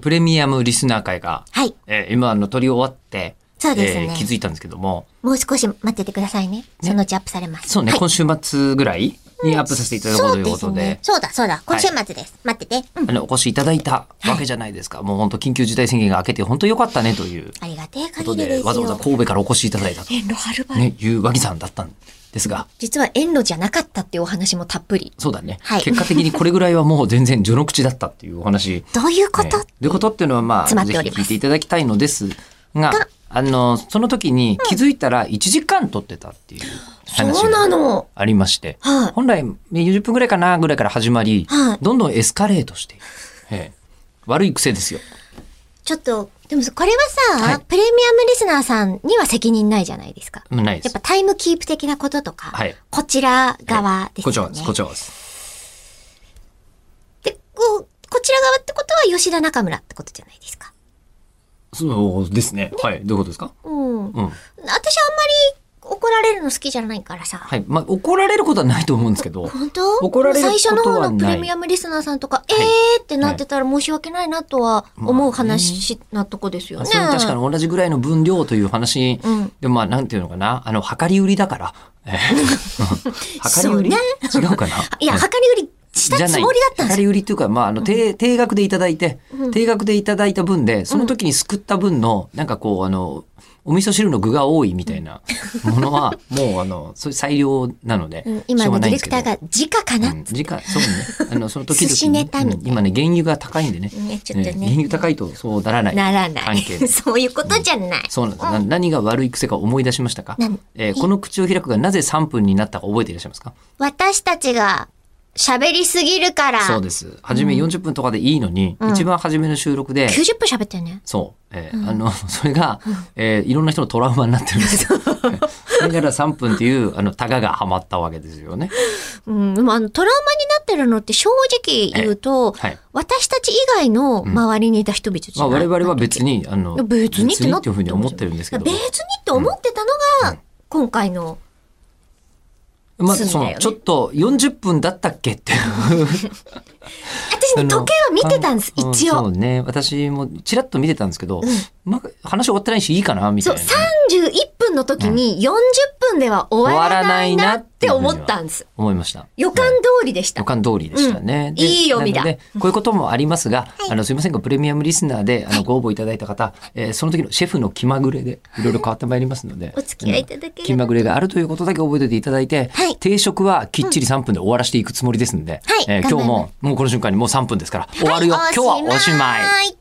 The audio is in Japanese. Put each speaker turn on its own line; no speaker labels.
プレミアムリスナー会が、
はい。
えー、M1 の撮り終わって、
そうですね
えー気づいたんですけども、
もう少し待っててくださいね。そのうちアップされます。
そうね、
はい
今週末ぐらいにアップさせていただこうということで、
そうですね。そうだ、そうだ。今週末です。待ってて。うん。
あの、お越しいただいたわけじゃないですか。もう本当緊急事態宣言が明けて本当良かったねという
ありがてえ
こと
限りで
で、
すよ。
わざわざ神戸からお越しいただいたと、
遠路はるばる。
ね、いう和木さんだったんですが、
実は遠路じゃなかったっていうお話もたっぷり。
そうだね、
はい
結果的にこれぐらいはもう全然序の口だったっていうお話。
どういうこと、
ねどういうことっていうのはまあ、
詰ま
ぜひ
っております
聞いていただきたいのですが、あの、その時に気づいたら1時間撮ってたっていう話
そうな
が
の。
ありまして、
はい
本来40分ぐらいかなぐらいから始まり、
はい
どんどんエスカレートしていく、ええ悪い癖ですよ。
ちょっと、でもこれはさ、
はい
プレミアムリスナーさんには責任ないじゃないですか。
うんないです
やっ。ぱタイムキープ的なこととか、
はい
こちら側です
こ
よね。
ちらです、こちらです。
でこうこちら側ってことは吉田中村ってことじゃないですか。
そうですね。はい。どういうことですか
う
う
ん。
ん。
私あんまり怒られるの好きじゃないからさ。
はい。まあ、怒られることはないと思うんですけど、
本当
怒られることはない
最初の方のプレミアムリスナーさんとか、えーってなってたら申し訳ないなとは思う話なとこですよね。
それは確かに同じぐらいの分量という話、
うん
でもまあ、なんていうのかな、あの、量り売りだ から。えー量り売り、違うかな。
いや、
うん
測り売りしたつもりだったんです
量
よ。
り売りというか、まあ、あの、定定額でいただいて、定額でいただいた分で、その時にすくった分の、なんかこう、あの、お味噌汁の具が多いみたいなものは、もう、あの、そういう裁量なので、
うん今
しょうが
ね、
な
デ
いんで
ィレ
すけ
クタ
ど
ーが直かな、
うん、時間、そうね。あの、その時々に。
寿司ネタみたいな
うん今ね、原油が高いんでね。
ねちょっとね
原油高いとそうならない。
ならな
関
い。
係です。
そういうことじゃない。
そうなんです。な何が悪い癖か思い出しましたか
なん
えーこの口を開くがなぜ3分になったか覚えていらっしゃいますか
私たちが喋りすぎるから、
そう
90
です。初め40分とかでいいのに、一番初めの収録で、
分喋ったよね。
そう、えーあの、 それが、えーいろんな人のトラウマになってるんですよ。 だから3分っていう、あの、タガがはまったわけですよね。
うん、でもあの、トラウマになってるのって正直言うと、
ええはい
私たち以外の周りにいた人々じ
ま
ゃ
あ、
ない、
我々は別に、あの、
別にってな
別いうふうに思ってるんですけど。
別にって思ってたのが、今回の、
まあ、
罪だ
そ
よ
の
ね
ちょっと40分だったっけっていう
私ね、時計は見てたんです、
あの
一
うん
応。
そうね私もちらっと見てたんですけど、まあ、話終わってないしいいかなみた
そ、
いうな
31分の時に40分では終わらないなって思ったんです。
思いました
予感
はい
通りでした。
予感通りでしたね、
うん
で
いい読みだ
なのでこういうこともあります が、あのすいませんがプレミアムリスナーであのご応募いただいた方、えーその時のシェフの気まぐれでいろいろ変わってまいりますので
お付き合いいただければ
うん気まぐれがあるということだけ覚えておいていただいて、
はい
定食はきっちり3分で終わらせていくつもりですので、
はい
えー
頑張り
今
ます
日ももうこの瞬間にもう3分ですから終わるよ、今日はおしまい。
い。